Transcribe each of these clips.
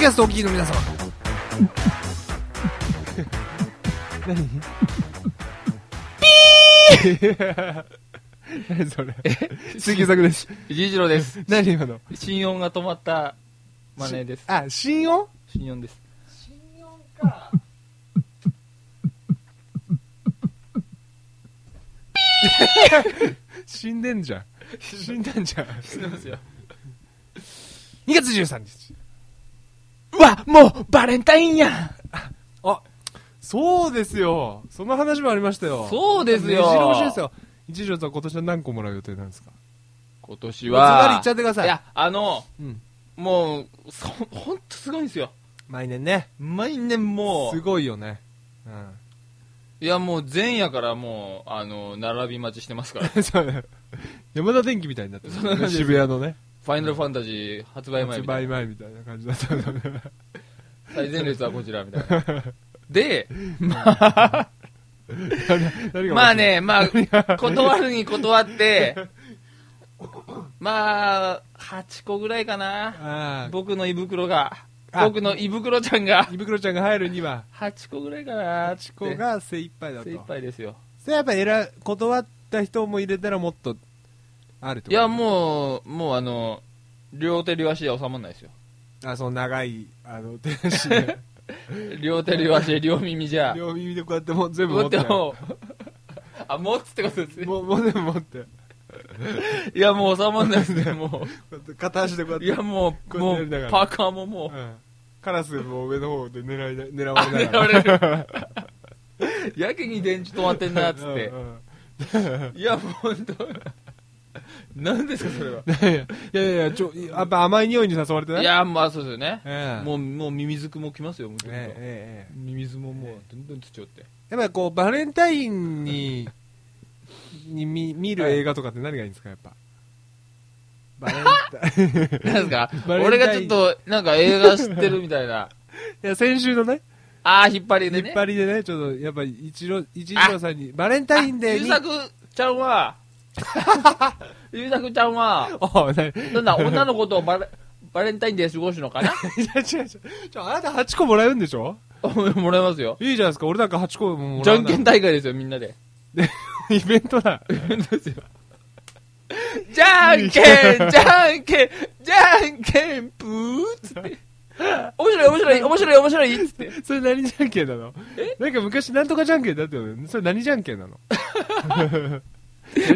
キャストお聞きの皆様何それ水球作ですじいじろうです。 何今の心音が止まった真似です。あ心音心音です。死んでんじゃん死んだんじゃんすみませんよ。 2月13日うわもうバレンタインやんあそうですよその話もありましたよそうですよ目白押しですよ一条さん今年は何個もらう予定なんですか今年ズバリは言っちゃってくださいいや、あの、うんもう、そほんとすごいんですよ。毎年ね毎年もすう、ごいよねういやもう前夜からもう、あの、並び待ちしてま すから。フんそうだよ山田電機みたいになってるそうなんですよ渋谷のねァイナルファンタジー発売発前みたい売な。前みたいな感じだったのね最前列はこちらみたいな。 で、何がまあね、まあ、断るに 断って、まあ、8個ぐらいかな。ああ僕の胃袋が、あ僕の胃袋ちゃんが、胃袋ちゃんが入るには8個ぐらいかな。チコが精一杯だと精一杯ですよ。それやっぱ選断った人も入れたらもっとあるってこといや、もう、もうあの、両手両足で収まらないですよ。あその長いあの手足で両手 両足で両耳じゃ。両耳でこうやってもう全部持持っっててるもも、あ、持つってことですね。うもう全部持ってこいや、もう収まらないですね、もうやって片足でこうやっう。ていや、もう、こうやってやもうりなが、らパーカーももうう、ん、カラスも上の方で狙いな狙あわれなれがられる やけに電池止まってんなっつってうんうんいやもう 本当 何ですかそれはいやいやいやちょやっぱ甘い匂いに誘われてないいやまあそうですよね、ええもうもうミミズクも来ますよもう、えええええミミズももうどんどんつっちゃってえやっぱりこうバレンタイン にに見見る映画とかって何がいいんですかやっぱバレンタイン 何ですかバレン俺タがイちょンっとなんか映画知ってるみたいな いや先週のねああ引っ張りでね引っ張りでね、ちょっとやっぱり一郎、一郎さんに、バレンタインデーゆに。うさくちゃん はゆうさくちゃんは おうなになんだ女の子とバレバレンタインデー過ごすのかないや違う違う。ちょ、あなた8個もらえるんでしょもらいますよいいじゃないですか、俺なんか8個ももじらゃうんけん大会ですよみんなでイベント だ。じゃんけん、じゃんけん、じゃんけん、ぷーっつって。面白い、面白い、面白い、面白いっつって。それ何じゃんけんなのなんか昔なんとかじゃんけんだったよね。それ何じゃんけんなの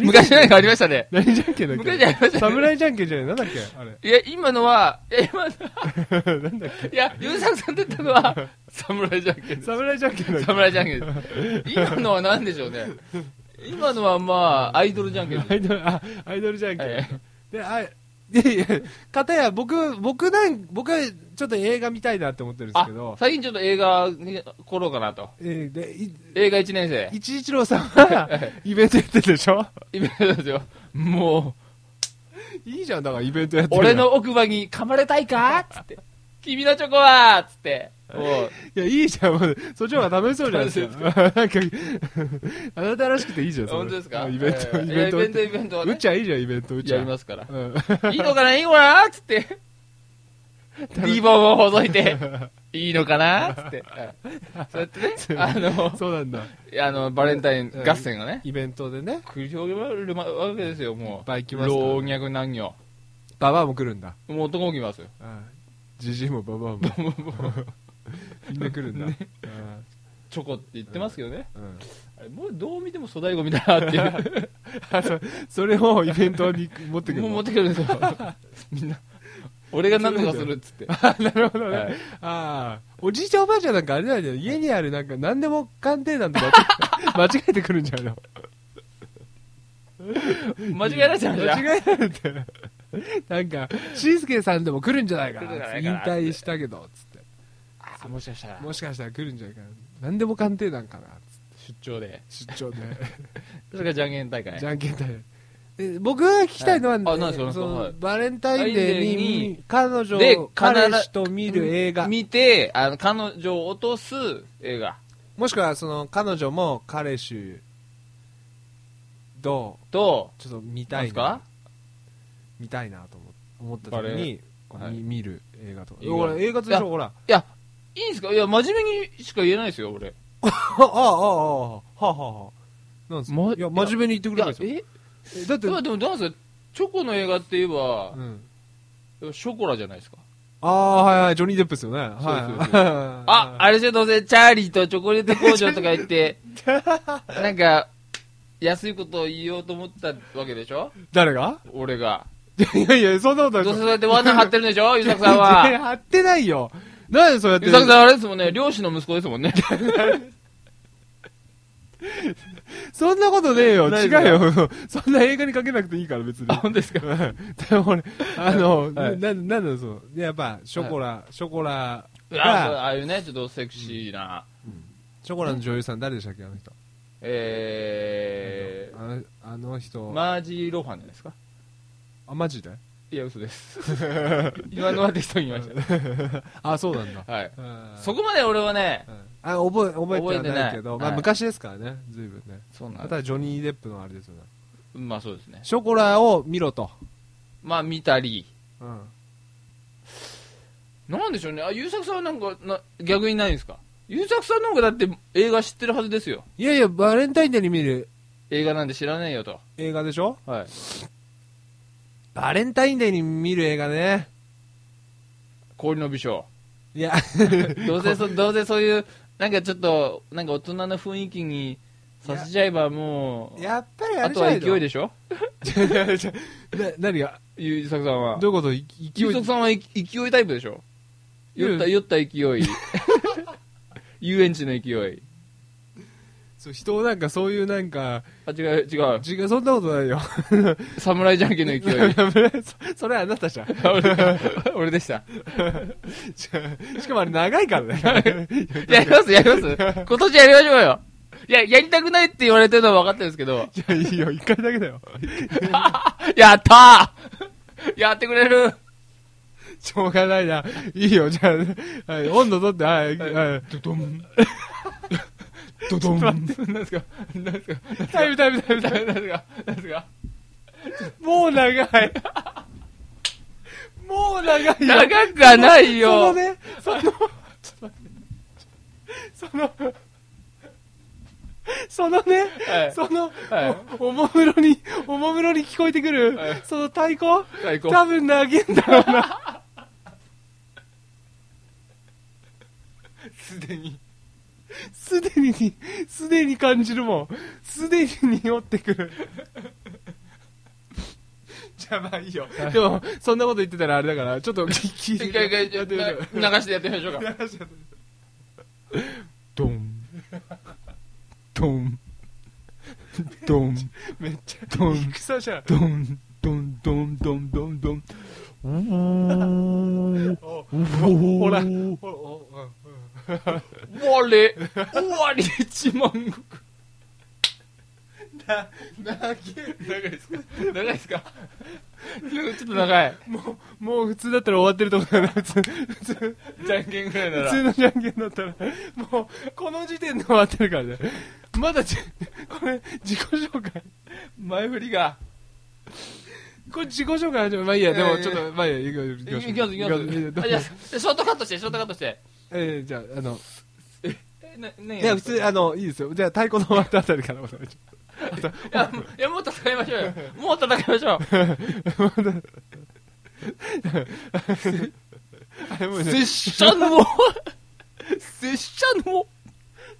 昔何かありましたね。何じゃんけんだっけ昔ありましたね侍じゃんけんじゃないなんだっけあれ。いや、今のは、いや、今の なんだっけいや、ゆうさくさん出たのは、侍じゃんけんです。侍じゃんけんだっけ侍じゃんけんです。今のは何でしょうね。今のはまあ、アイドルじゃんけんアでイドル、あ、アイドルじゃんけん。はいで、あ、いやいや、かたや僕、僕なん、僕はちょっと映画見たいなって思ってるんですあけど、、最近ちょっと映画、来ろうかなと。えーで、い映画1年生。一一郎さんは、イベントやってるでしょイベントですよ。も う、いいじゃん、だからイベントやってる。俺。の奥歯に噛まれたいかつって。君のチョコはつって。もういや、いいじゃん、もうそっちの方が楽しそうじゃないですか。なんか、あなたらしくていいじゃん、それ本当ですかイベント、えーイベント。イベント、イベントはうっね。ちゃいいじゃん、イベント、うっちゃ。やりますから。うん。いいのかないいのかなっつって。リボンをほどいて。いいのかなっつって。はいそうやってね、あの、そうなんだ。あの、バレンタイン合戦がね、イベントでね、繰り広げられるわけですよ、もう。バイきますから老若男女。ババアも来るんだ。もう男も来ますよ。 じじいもババアも。みんな来るんだ。チョコって言ってますけどね。うんうんあれもうどう見ても粗大ゴミだなって いう。あそそれをイベントに持ってくるもう持のっ。てくるんですよ。 みんな。俺が何とかするっつ って。あなる ほどね、はいああおじいちゃんおばあちゃんなんかあれなんだよ家にあるなんか何でも鑑定団とか って間違えてくるんじゃないの間違えられちゃいました。間違えられてなんかしんすけさんでも来るんじゃないかな来るんじゃな引いかな退したけどつってあもしかしたらもしかしたら来るんじゃないかな何でも鑑定団かな出張でつって出張でそれがじゃんけん大会じゃんけん大会え僕が聞きたいのは、はいあなんですかそのなんですバレンタインデーに彼女で彼氏と見る映画見てあの彼女を落とす映画もしくはその彼女も彼氏どうとちょっと見なたんいですか見たいなと思思ったバ時にレこうはいみ見る映画とか映画ほら映画でしいやょほらいや、いいんですかいや、真面目にしか言えないですよ、俺。ああああああはあはあはあなんですまいや真面目に言ってくれたんですよええだってでも、でもどうなんですかチョコの映画って言えばう、んショコラじゃないですか。ああはいはいジョニー・デップですよねはいそうそうああ、あれじゃどうせ、チャーリーとチョコレート工場とか言って、なんか、安いことを言おうと思ったわけでしょ誰が俺が。いやいやそんなことなどういせそうやって罠張ってるんでしょゆさくさん 全然は。貼ってないよなんでそうやってゆさくさんあれですもんね、漁師の息子ですもんね。そんなことねえよ。ない違ですかうよ。 そんな映画にかけなくていいから、別に。あ本当ですかうん でも俺、あの、はないな、なんだろうそう。でやっぱ、ショコラ、ショコラあそうが、ああいうね、ちょっとセクシーな。ショコラの女優さん誰でしたっけ、あの人。えあのあの人、ー、マージー・ロファンですかあ、マジでいや、嘘 です。今のは適当に言いまし あ、そうなんだ。た。はい。うんそこまで俺はねう、んあ、覚え、覚えては覚えてなないいけど、はいまあ昔ですからね、ずいぶんね。そうなあんとだ。はジョニー・デップのあれですよね。まあそうですね。ショコラを見ろと。まあ見たり、うん。なんでしょうね。あ、優作さんはなんか、な逆にないんですか優作さんの方がだって映画知ってるはずですよ。いやいや、バレンタインデーに見る映画なんて知らないよと。映画でしょはい。バレンタインデーに見る映画ね。氷の美 少。いや、どうせそ、どうせそういう、なんかちょっと、なんか大人の雰囲気にさせちゃえばもう、やっぱりああれじとゃなはいの勢いでしょ な何が優作さんは。どういうことい勢優作いさんはい勢いタイプでしょ酔った、うん酔った勢 い。遊園地の勢い。そう人をなんかそういうなんかあ、違う、違 う。違うそんなことないよ侍ジャンキーの 勢い。そそれあなたじゃん 俺俺でした。しかもあれ長いから ね やります、やります。今年やりましょうよ。いや、やりたくないって言われてるのは分かってるんですけど。いやいいよ一回だけだよやったーやってくれるしょうがないないいよじゃあ、はい、温度取ってはい、はい、ドド ンドドン何ですか何ですか タイムタイムタイムタイ何ですか何ですかム もう長いもう長いよ長くはないそよのねそのちょっと待ってそのそのね、はいその、はいおおもむろに、おもむろに聞こえてくる、はいその太鼓最高。多分投げんだろうな。すでに。すでにに、すでに感じるもん。すでに匂ってくる。じゃあまあいいよ。でも、そんなこと言ってたらあれだから、ちょっと聞いて一回一回、やってみましょう流してやってみましょうか。ドン。ドン。ドン。めっちゃ、ドン。戦じゃん。ドン、ドン、ドン、ドン、ドン、ドン。おほら、ほら、我、我一万石。長い長いですか長いですかちょっと長い。もう、もう普通だったら終わってるとこだな、普通。普通じゃんけんぐらいな普ら。通のじゃんけんだったら、もう、この時点で終わってるからね。まだじ、これ、自己紹介。前振りが。これ自己紹介始めまあいいや、でもちょっと、まあいいや、行きいきます、いき行きます。あまじゃしょうあショートカットして、ショートカットして。えーじゃあ、あの、えな何いや、普通、あの、いいですよ。じゃあ、太鼓の終わったあたりからお願いし ますいや、もういやもう戦いま しょうよ。もう戦いましょう。あれもうね拙 者の、拙者の、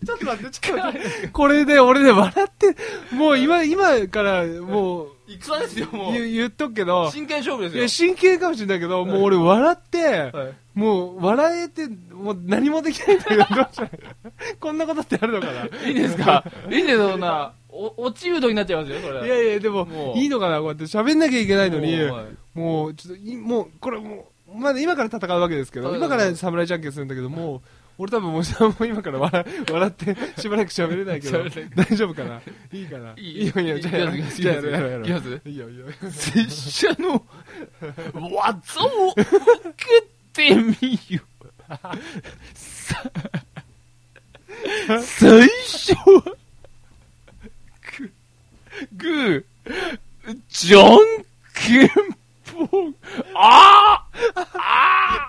ちょっと待って、ちょっと待って。これで、俺ね、笑って、もう今、今から、もう、戦ですよ、も言う。う言っとくけど、真剣勝負いでや、す真剣かもしれないけど、もう俺笑って、よ。はいもう笑えて、もう何もできないんだけど、どう したらこんなことってあるのかないいですかいいんですよ、そんな。お、落ちうどになっちゃいますよ、それ。いやいや、でもも、ういいのかなこうやって喋んなきゃいけないのにもうはい、もう、ちょっとい、もう、これもう、まだ今から戦うわけですけど、戦う今から侍じゃんけんするんだけど、もう、俺多分もう、 もう今から笑笑って、しばらく喋れないけど喋れ、大丈夫かないいかないいいよいよ、いじゃあやろ、いうきますじゃあやろう、やろうやろう。いきますいいよ、いいよ。拙者の技を受けてみよ。さ最初は、グー、グー、じゃんけんぽん、あーあ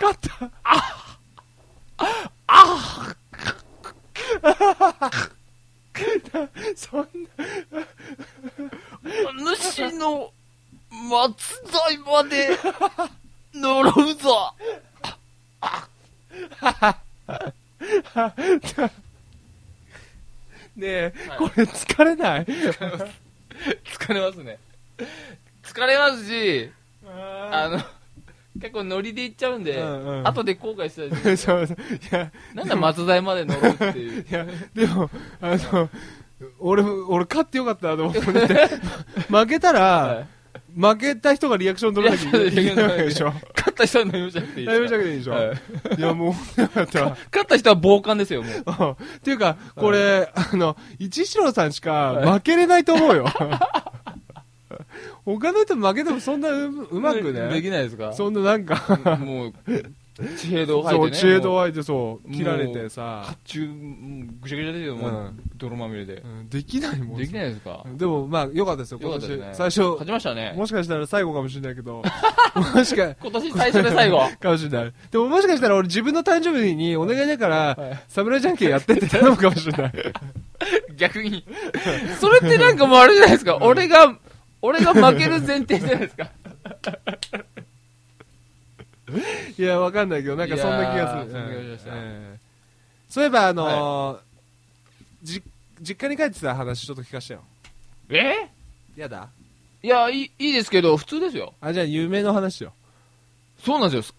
うぞねえ、はいこれ疲れない疲れますね。疲れますし、ああの、結構ノリで行っちゃうんで、うんうん後で後悔したりすのそうるそういやなんだ松代まで乗ろうって いう。いやでもあの俺俺勝ってよかったと 思って負けたら、はい負けた人がリアクション取らなきゃいけないいけないわけでしょ勝った人は飲みましゃなく ていいで大丈夫すかじゃなくていいでしょ、はいい、やもう面白かったわ勝った人は傍観ですよ、もう。 うんっていうか、これ、あの、一四郎さんしか負けれないと 思うよ。他の人負けてもそんなううまくでね、きないですかそんななんか、もう、地平道入っそてう、ね。知恵度もう合いでそう、切られて甲さ、冑、もうぐちゃぐちゃですよ、もう。うん泥まみれでう。んできないもん。できないですかでも、まあ、よかったですよ、よ今かった年。ですね。最初勝、ちましたね。もしかしたら最後かもしれないけ ど、もしか、今年最初で最後。かもしれない。でももしかしたら俺自分の誕生日にお願いだから、はい侍ジャンケンやってって頼むかもしれない。 逆に。それってなんかもうあれじゃないですか。俺が、俺が負ける前提じゃないですか。いや、わかんないけど、なんかそんな気がする。いやーそんな気がしましたええそういえば、あのーじ、実家に帰ってた話ちょっと聞かせてよ。 えやだいや、いい、いいですけど、普通ですよ。あ、じゃあ、有名の話よ。そうなんですよ。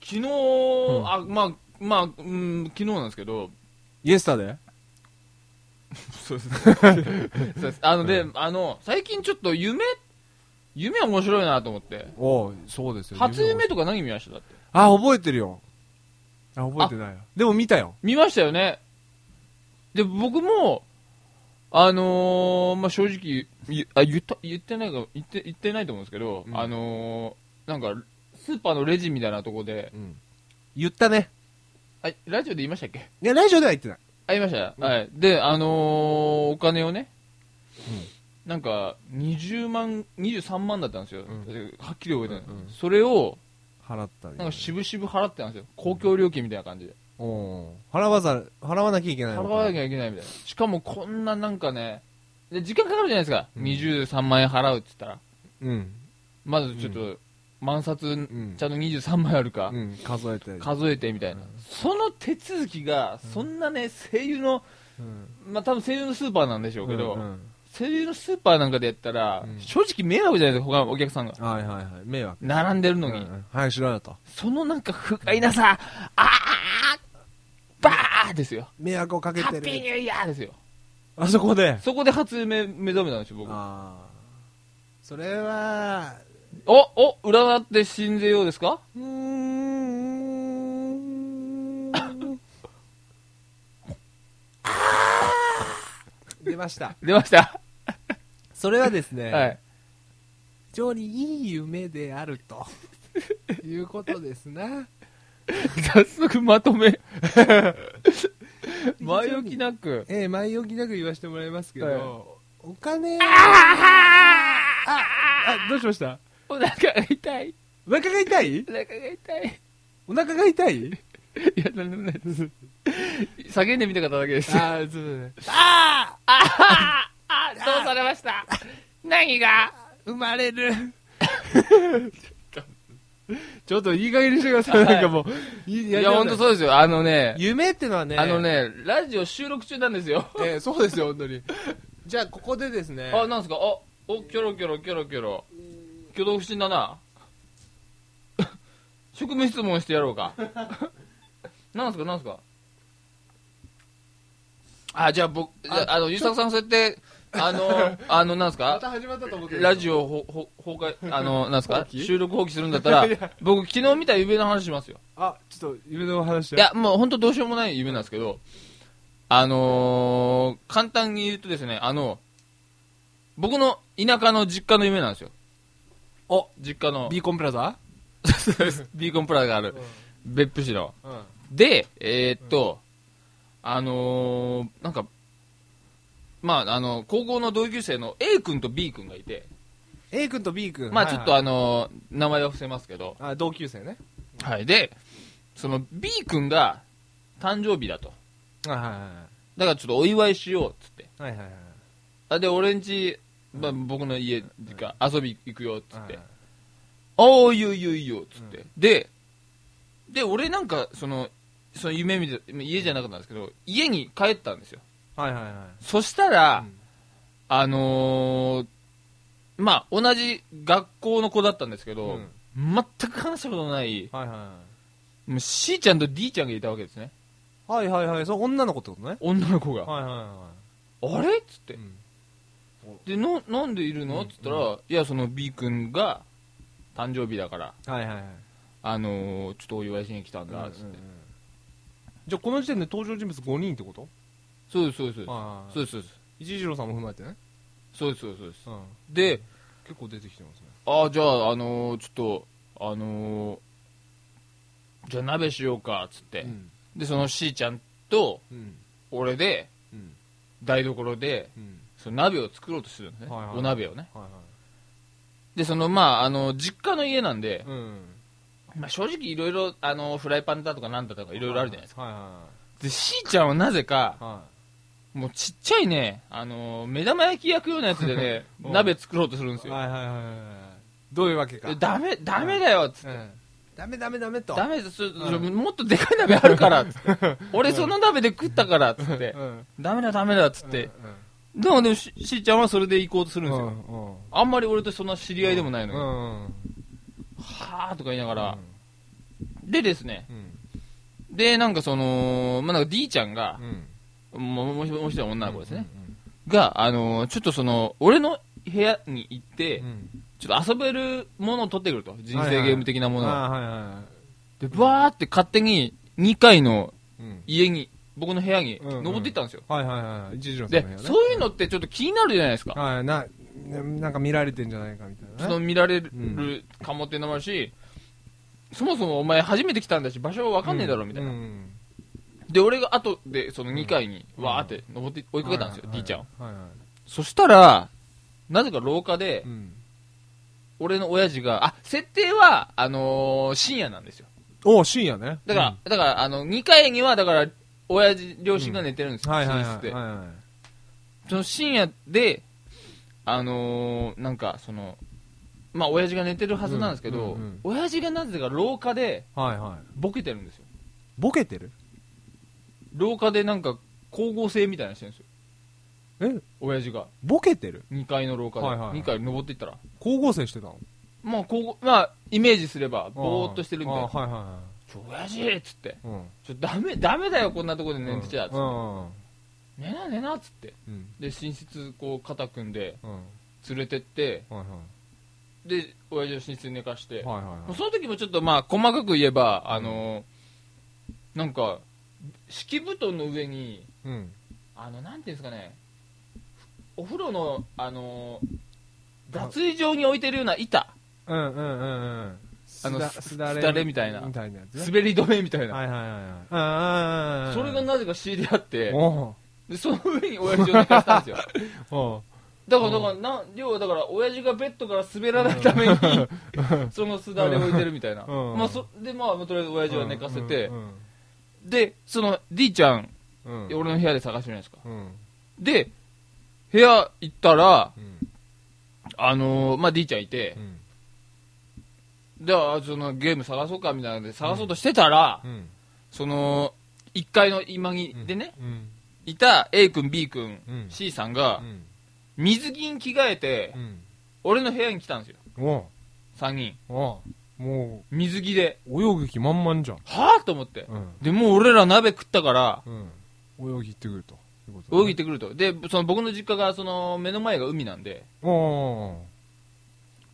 昨日、んあ、まあ、まあ、うん、昨日なんですけど、イエスタでそうです。あの、で、あの、最近ちょっと夢、夢面白いなと思って。おうそうですよ。初夢夢とか何見ましただって。あ、覚えてるよ。あ、覚えてないよ。でも見たよ。見ましたよね。で、僕も、あのー、まあ、正直、いあ言った、言ってないか、言って、言ってないと思うんですけど、うんあのー、なんか、スーパーのレジみたいなとこで、言ったね。あ、ラジオで言いましたっけいや、ラジオでは言ってない。ありました、うんはい。で、あのーお金をね、なんか、20万、23万だったんですうよ。ん確かはっきり覚えてない、うんうんそれを、払ったりなんか、渋々払ってたんですよ。公共料金みたいな感じで。おう払わざ、払わなきゃいけない払のかわなきゃいけないみたいな。しかも、こんななんかね、で時間かかるじゃないですか。うん23万円払うって言ったら。うん。まずちょっと、万札、うんちゃんと23枚あるか、うん、数えて。数えてみたいな。その手続きが、そんなね、声優の、うん。まあ、多分声優のスーパーなんでしょうけど、うんうん声優のスーパーなんかでやったら、うん正直迷惑じゃないですか、他のお客さんが。はいはいはい。迷惑。並んでるのに。うんうん早くしろよと。そのなんか不快なさ、あーバーですよ。迷惑をかけハてッピーニる。ューイヤーですよ。あそこで。そこで初夢目覚めたんですよ、僕。ああ。それは、お、お、占って信ぜようですかうーん。出ました。出ました。それはですね、はい。非常にいい夢であると。いうことですな。早速まとめ。 前置きなく。ええ、前置きなく言わせてもらいますけど、はいお金ああ、どうしましたお腹が痛い。お腹が痛いお腹が痛い。お腹が痛いいや、なんでもないです。叫んでみたかっただけです。ああ、そうだね。ああああどうされました何が生まれる。ちょっといい加減にしてください。はいなんかもう、いいいや、ほんとそうですよ。あのね、夢ってのはね、あの、ね、ラジオ収録中なんですよ。えーそうですよ、本当に。じゃあ、ここでですね、あ、なんですかあ、お、キョロキョロキョロキョロ。挙動不審だな。 職務質問してやろうか。 なんすかなんすかあ、じゃあ僕、じゃああの、ゆうさくさんそうやって、あの、あの、なんすま かた始まったと思ってラジオ。オほ、ほ、崩壊、あの、なんす放か棄収録放棄するんだった らいや、僕昨日見た夢の話しますよ。あ、ちょっと夢の話いや、もう本当どうしようもない夢なんですけど、あのー、簡単に言うとですね、あの、僕の田舎の実家の夢なんですよ。お、実家の、ビーコンプラザ ビーコンプラザがある、別府市の。うん。うん。で、えーっと、あのー、なんか、まあ、あの、高校の同級生の A 君と B 君がいて、 A 君と B 君。まあちょっとはいあのー名前は伏せますけど、はいあ、同級生ね。はい。で、その B 君が誕生日だと。あはいだからちょっとお祝いしようっつって。はいはい。はいはいはい。あで俺んち、まあ、僕の家っていうか、遊び行くよっつって、はいああ、いいよいいよいいよ、つって。で、で、俺なんか、その、その夢見て、家じゃなかったんですけど、家に帰ったんですよ。はいはいはいそしたら、うんあのーまあ、同じ学校の子だったんですけど、うん全く話したことのない、はいはもう C ちゃんと D ちゃんがいたわけですね。いはいはいはいはいそう女の子ってことね女の子が。はいはいはあれっつっいてう。んで、な、なんでいるのうっんつったら、いや、その B 君が、誕生日だから、はいはいはいあのーちょっとお祝いしに来たんだ、つって。うんうんうんじゃあこの時点で登場人物5人ってことそうです、そうです。はいそうです、そうです。一次郎さんも踏まえてねそうです、そうですそうです。うんで、結構出てきてますねああ、じゃあ、あのーちょっと、あのーじゃあ鍋しようか、つって。うんで、その C ちゃんと、うん俺で、うん台所で、うんその鍋を作ろうとするんですね。はいはいお鍋をね。はいはいで、その、まあ、あの、実家の家なんで、うんまあ、正直いろいろ、あの、フライパンだとかなんだとかいろいろあるじゃないですか。かはいはで、しーちゃんはなぜかい、はもうちっちゃいね、あの、目玉焼き焼くようなやつでね、 うん鍋作ろうとするんですいよ。はいはいはいはいどういうわけかでダメ、ダメだよ、つって。うんダメダメダメとダメです、そううもっとでかい鍋あるから、つって。 俺その鍋で食ったから、つってう。んダメだ、ダメだ、つって。うんでも、でもし、しーちゃんはそれで行こうとするんうですんよ。うんあんまり俺とそんな知り合いでもないのに、うんはーとか言いながら。でですね、うんで、なんかその、まあ、なんか D ちゃんがう、んもう、もう一人もう一人女の子ですね。うんうんが、あのーちょっとその、俺の部屋に行って、うんちょっと遊べるものを取ってくると。人はい生はいゲーム的なものを。あーはいはいはで、バーって勝手に2階のいうん家に、僕の部屋にうんうん登っていったんですよ。はいはいはい一次郎さんでの部屋、ねそういうのってちょっと気になるじゃないですか。はいなねなんか見られてんじゃないかみたいそなのね見られるうんかもっていうのもあるし、そもそもお前初めて来たんだし、場所わかんねえだろ、みたいな。うんで、俺が後でその2階に、うんわーって登って追いかけたんですよ、D ちゃんを。はいはいはいそしたら、なぜか廊下でう、ん俺の親父が、あ、設定は、あのー深夜なんですよ。お深夜ねだから、だから、あの、2階には、だから、親父、両親が寝てるんですうんよ、はいはい寝は室いではい。はその深夜で、あのーなんか、その、まあ、親父が寝てるはずなんですけど、うんうんうん親父がなぜか廊下で、いはいはいボケてるんですよ。ボケてる廊下でなんか、光合成みたいなのしてるんですよ。え親父が、ボケてる2階の廊下で、はいはいはい2階に登っていったら。光合成してたのまあ、こう、まあ、イメージすれば、ぼーっとしてるみたいあな。ーはいはちょ、親父っつって。いはいちょ、ダメ、ダメだよ、こんなとこでうん寝てちゃ、つって。うん寝な、寝な、っつって。うんで、寝室、こう、肩組んで、うん連れてって、はいはいで、親父を寝室に寝かして、はいはいはいその時もちょっとまあ、細かく言えば、あのーなんか、敷布団の上に、うんあの、なんていうんですかね、お風呂の、あのー脱衣場に置いてるような板、うんうんうんうんあすのだすすだれすだれみたいなみたいなやつね滑り止めみたいな、はいはいはいはいあーあーあーあーそれがなぜか敷いてあって、おでその上に親父を寝かしたんですよ。うおだかうら、んだから、な、要はだから、親父がベッドから滑らないために、そのすだれを置いてるみたいな。うんまあ、そ、で、まあ、とりあえず親う父は寝かせてう、んで、その、D ちゃん、うんうん俺の部屋で探してるじゃないですか。うんで、部屋行ったら、うんあのーまあ、D ちゃんいてう、んで、あそのゲーム探そうかみたいなので探そうとしてたら、うんその、1階の今にでね、うんいた A 君、B 君、うん C さんがう、ん水着に着替えて、うん俺の部屋に来たんですよ。おう3人。おうも水着で。う泳ぐ気満々じゃんはぁと思って。うんで、もう俺ら鍋食ったから、うん泳ぎ行ってくるということだね泳ぎてくると。で、その僕の実家が、その、目の前が海なんで、おお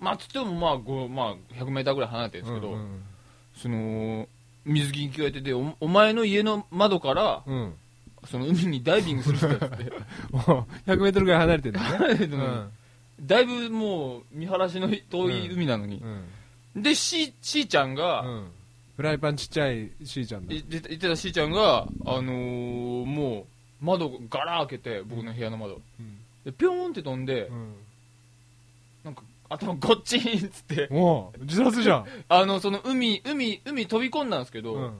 まあ、つってもまあ、ごまあ、100メーターぐらい離れてるんですけど、うんその水着に着替えてておお前の家の窓からうん うんその海にダイビングする人だっつって おう 100m ぐらい離れてるんだねでもだいぶもう見晴らしの遠い海なのにう、んでししーちゃんうが、んフライパンちっちゃいしーちゃんだい言ってたしーちゃんがあのーもう窓ガラ開けて僕の部屋の窓うんでピョーンって飛んでうんなんか頭ゴッチンっつっておう自殺じゃんあのその海海海飛び込んだんですけど、うん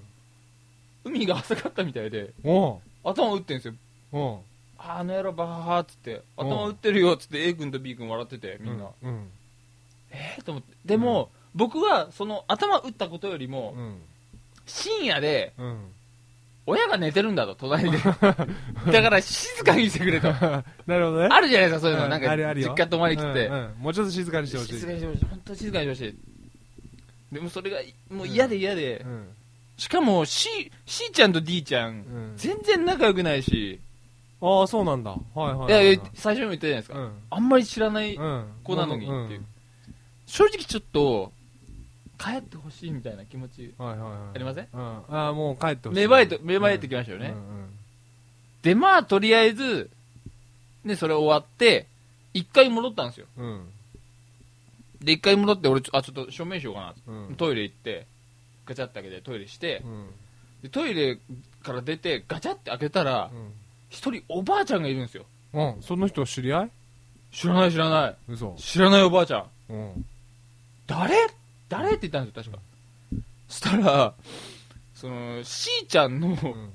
海が浅かったみたいでおう頭打ってんですよおうあの野郎バハハっつって頭打ってるよっつって A 君と B 君笑っててみんな、うんえーと思ってでも、僕はその頭打ったことよりも、うん深夜でうん 親が寝てるんだと隣で だから静かにしてくれ となるほどねあるじゃないですかそういうの、うんなんかあるあるよ実家泊まり来て、うんうんもうちょっと静かにしてほしい静かにしてほしい本当に静かにしてほしいでもそれがもう嫌で嫌で、うんしかも C, C ちゃんと D ちゃん、うん全然仲良くないし、ああそうなんだはいはいいはやいいや最初にも言ったじゃないですか、うんあんまり知らない、うん子なのにっていううん正直ちょっと帰ってほしいみたいな気持ちはいはいはいありませんうんああもう帰ってほしい芽生えて芽生えてきましたよね、でまあとりあえずねそれ終わって一回戻ったんですようんうんで一回戻って俺ちょあちょっと証明しようかなってうんうんトイレ行ってガチャって開けてトイレしてうんでトイレから出てガチャって開けたら一人おばあちゃんがいるんですようんうんその人知り合い知らない知らない嘘知らないおばあちゃんうん誰誰って言ったんですよ確かそしたらその C ちゃんのうん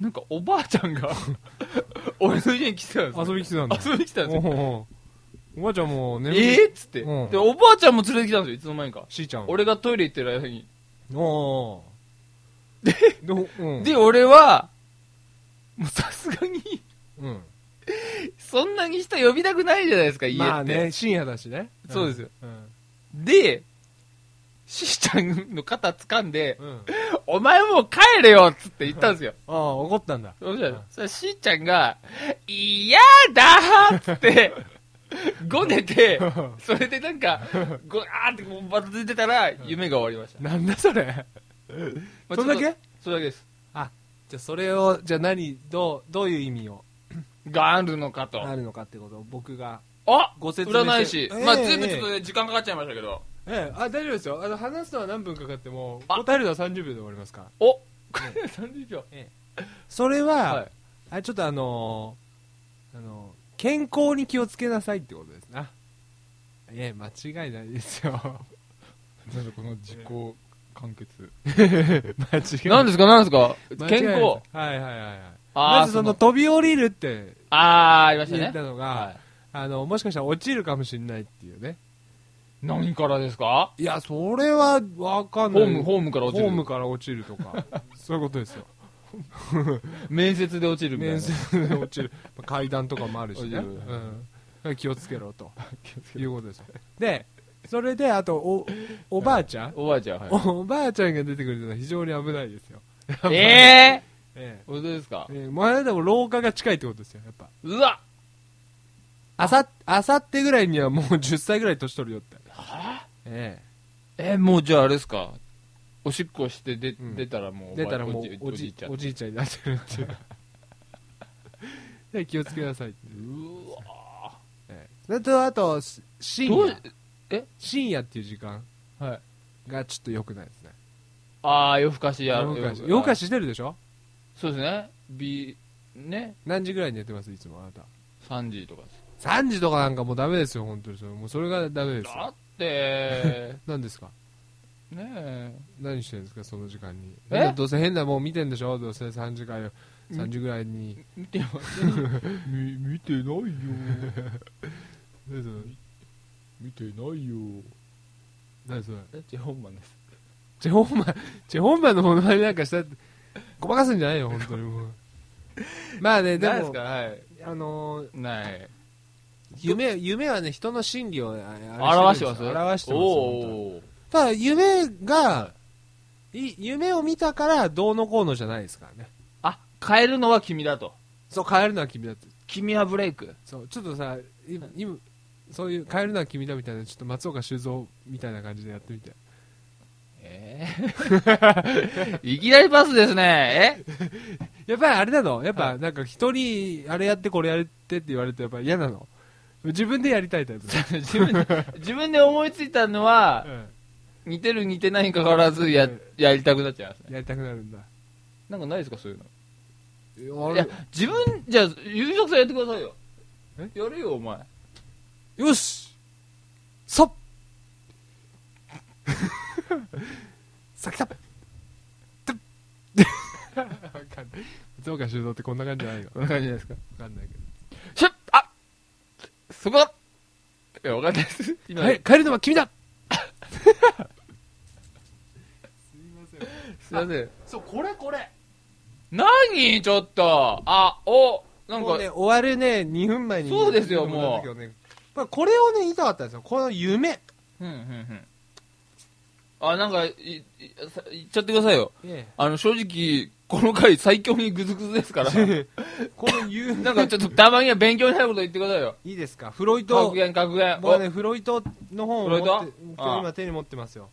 なんかおばあちゃん が俺の家に来てたんです遊び来てたんだ遊びに来てたんですよおうおうおばあちゃんもう眠えーっつって、うんでおばあちゃんも連れてきたんですよいつの間にかしーちゃん俺がトイレ行ってる間に、おうおうでうんで俺はもうさすがにうんそんなに人呼びたくないじゃないですか家って、まあね深夜だしねそうですようんでしーちゃんの肩掴んでうん「お前もう帰れよ」っつって言ったんですよああ怒ったん だそしたうんらそしたらしーちゃんが「嫌だ!」っつってごねてそれでなんかごあーってこうバタついてたら夢が終わりました、なんだそれまあそんだけちょっとそれだけですじゃあそれをじゃあ何どうどういう意味をがあるのかとあるのかってことを僕があご説明占い師、ええまあ全部ちょっとね時間かかっちゃいましたけどええあ大丈夫ですよあの話すのは何分かかってもあ答えるのは30秒で終わりますから おこれ30秒それは、はいあちょっとあのーあのー健康に気をつけなさいってことですなええ間違いないですよ なんだこの自己完結間違い何ですか何ですか間違い健ないはいはい康はいはいあまーずその飛び降りるってあーありました言っねたのが、はあのもしかしたら落ちるかもしれないっていうねい何からですかいやそれは分かんホないームホームから落ちホームるから落ちると かそういうことですよ面接で落ちるみたい面な接で落ちるまあ階段とかもあるしね、落ちるうん、気をつけろということですよでそれであとおおばあちゃん、おばあちゃんはおおばあちゃんが出てくるのは非常に危ないですよ、いえええ本当ですかえええ前でも廊下が近いってことですよやっぱうわあさあさってぐらいにはもう10歳ぐらい年取るよってええもうじゃああれですかおしっこしてでうん出たらもうえおば出たらもうおおじじいいちちゃゃんんおじいちゃんになってる っていうで気をつけなさいっていううわええそれとあとし深どう夜深夜っていう時間はいがちょっと良くないですねああ夜更かしや夜更かし夜更かししてるでしょそうですね B ね何時ぐらいに寝てますいつもあなた3時とかです3時とかなんかもうダメですよ本当にそれもうそれがダメですだよ って何ですかねえ何してるんですかその時間にえ変などうせ変なもん見てんでしょどうせ3時間よ3時ぐらいに見てませみ見てないよ何それ見てないよ何それんジェホンマンですチェホンマンチェホンマンのものまねなんかしたってごまかすんじゃないよ本当に もうまあねで何ですもかはいあのーない夢夢はね人の心理をああれ表ししててるんまですすよ表してますよ本当におーただ夢が、い夢を見たからどうのこうのじゃないですからねあ変えるのは君だとそう変えるのは君だって君はブレイクそうちょっとさい今そういう変えるのは君だみたいなちょっと松岡修造みたいな感じでやってみて ええいきなりパスですねえやっぱりあれなのやっはぱなんか一人あれやってこれやってって言われてやっぱ嫌なの自分でやりたいタイプ、 自分で自分で思いついたのは似てる似てないにかかわらずややりたくなっちゃいますねやりたくなるんだなんかないですかそういうのあいや自分じゃあ優作さんやってくださいよえやるよお前よしそっ 先だわかんない松岡修造ってこんな感じじゃないのこんな感じですかわかんないけシュッあそこだいやわかんないです今どはい帰るのは君だせんすいません。そうこれこれ何ちょっと。あ、お、なんもか、うね終わるね2分前にそうですよもうう、まあ、これをね言いたかったんですよこの夢うんうんうん。あ、なんか、い、いさ言っちゃってくださいよ。えあの、正直、この回最強にグズグズです から。え この夢なんかちょっとたまには勉強になること言ってくださいよ。いいですかフロイ格ト言、格言。僕はねフロイトの本を持フっロイてト今日あ今手に持ってますよ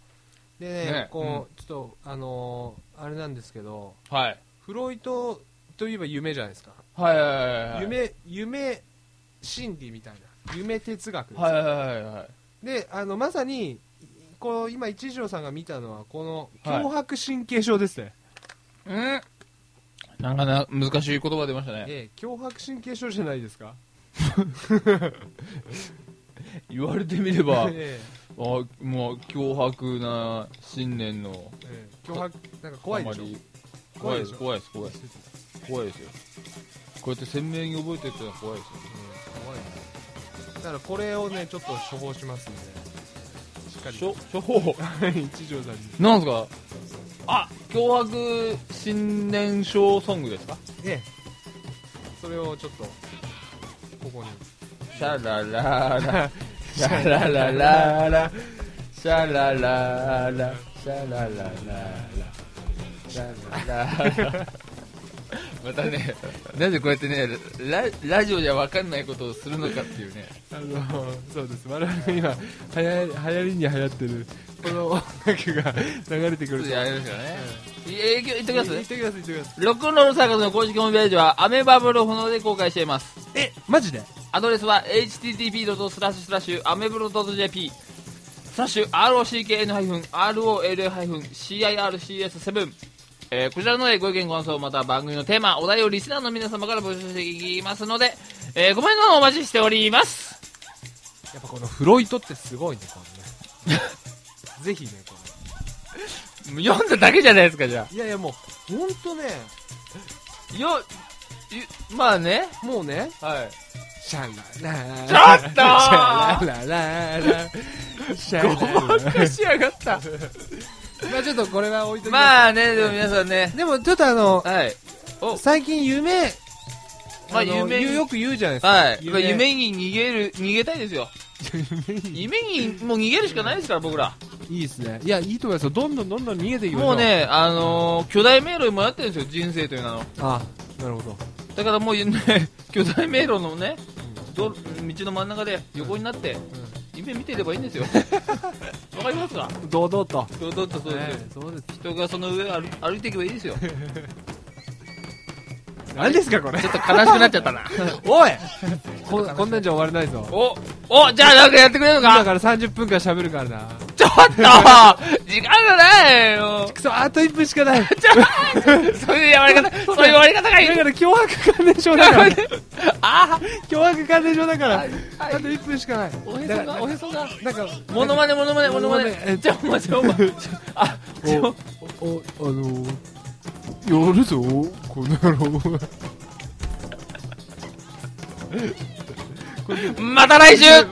でねねこうちょっとあのーあれなんですけどおはい。フロイトといえば夢じゃないですかはいはいはいはい。夢夢心理みたいな夢哲学ですよはいはいはいはい。であのまさにこう今一条さんが見たのはこのはい脅迫神経症ですね、うんなかなか難しい言葉出ましたね。ええ脅迫神経症じゃないですか言われてみれ ば、あ えもう脅迫な信念の。えええ脅迫なんか怖いでしあまりょ怖怖いいででしす、ょ怖いです、怖いです。怖いですよ。こうやって鮮明に覚えてるってのは怖いですよ。うん怖いですだからこれをねちょっと処方しますんでしっかり処処方 一条さんになんすかあ脅迫新年賞ソングですかええそれをちょっとここにシャララ ラシャララララシャラララシャララララシャララ ラまたねなぜこうやってねララジオじゃ分かんないことをするのかっていうねあのそうです我々が今はや流行りに流行ってるこの音楽が流れてくちょっとやりますよね営業行っていきますってください言ってくださいロックンロールサーカスの公式ホームページはアメバブルホノで公開していますえマジでアドレスは http. アメブロ .jp スラッシュ ROCKN-ROL-CIRCS7 えーこちらのご意見ご感想または番組のテーマお題をリスナーの皆様から募集していきますので、えー、コメントの方お待ちしておりますやっぱこのフロイトってすごいねこのね ぜひねこ読んだだけじゃないですかじゃれいやいやもうほんとねあよゆまあねもうねはいシャララ ちょっとシャラララシャララごまかしやがったまあちょっとこれは置いときままあねでも皆さんねすでもちょっとあのはい最近夢まあの夢言うよく言うじゃないですかはい。夢夢に逃げる、逃げたいですよ。夢にもう逃げるしかないですから、僕ら。いいですねいやいいと思いますよどんどんどんどん逃げていきましょうもうね、あのー巨大迷路に迷ってるんですよ、人生という名の。あなるほどだからもう ね、巨大迷路のね、ど道の真ん中で横になって、夢見てればいいん ですよ。わかりますか堂々と堂々とそうですよねそうです人がその上を歩歩いていけばいいですよ。ち何ですかこれょっと悲しくなっちゃったな。おいこんこんなんじゃ終われないぞお、お、じゃあなんかやってくれるの今かから30分間喋るからなちょっと時間がないよくそあと1分しかない じゃあそういうやわり方、そういう終わり方がいいだから脅迫観念症だからあ脅迫観念症だから、はいあと1分しかないおへそだからが、おへそが。なんかモノマネ、モノマネ、モノマモノマネえネ。じゃあ、お前、じゃあ、お前。あ、ちょお、あのー、やるぞ、この野郎。また来週え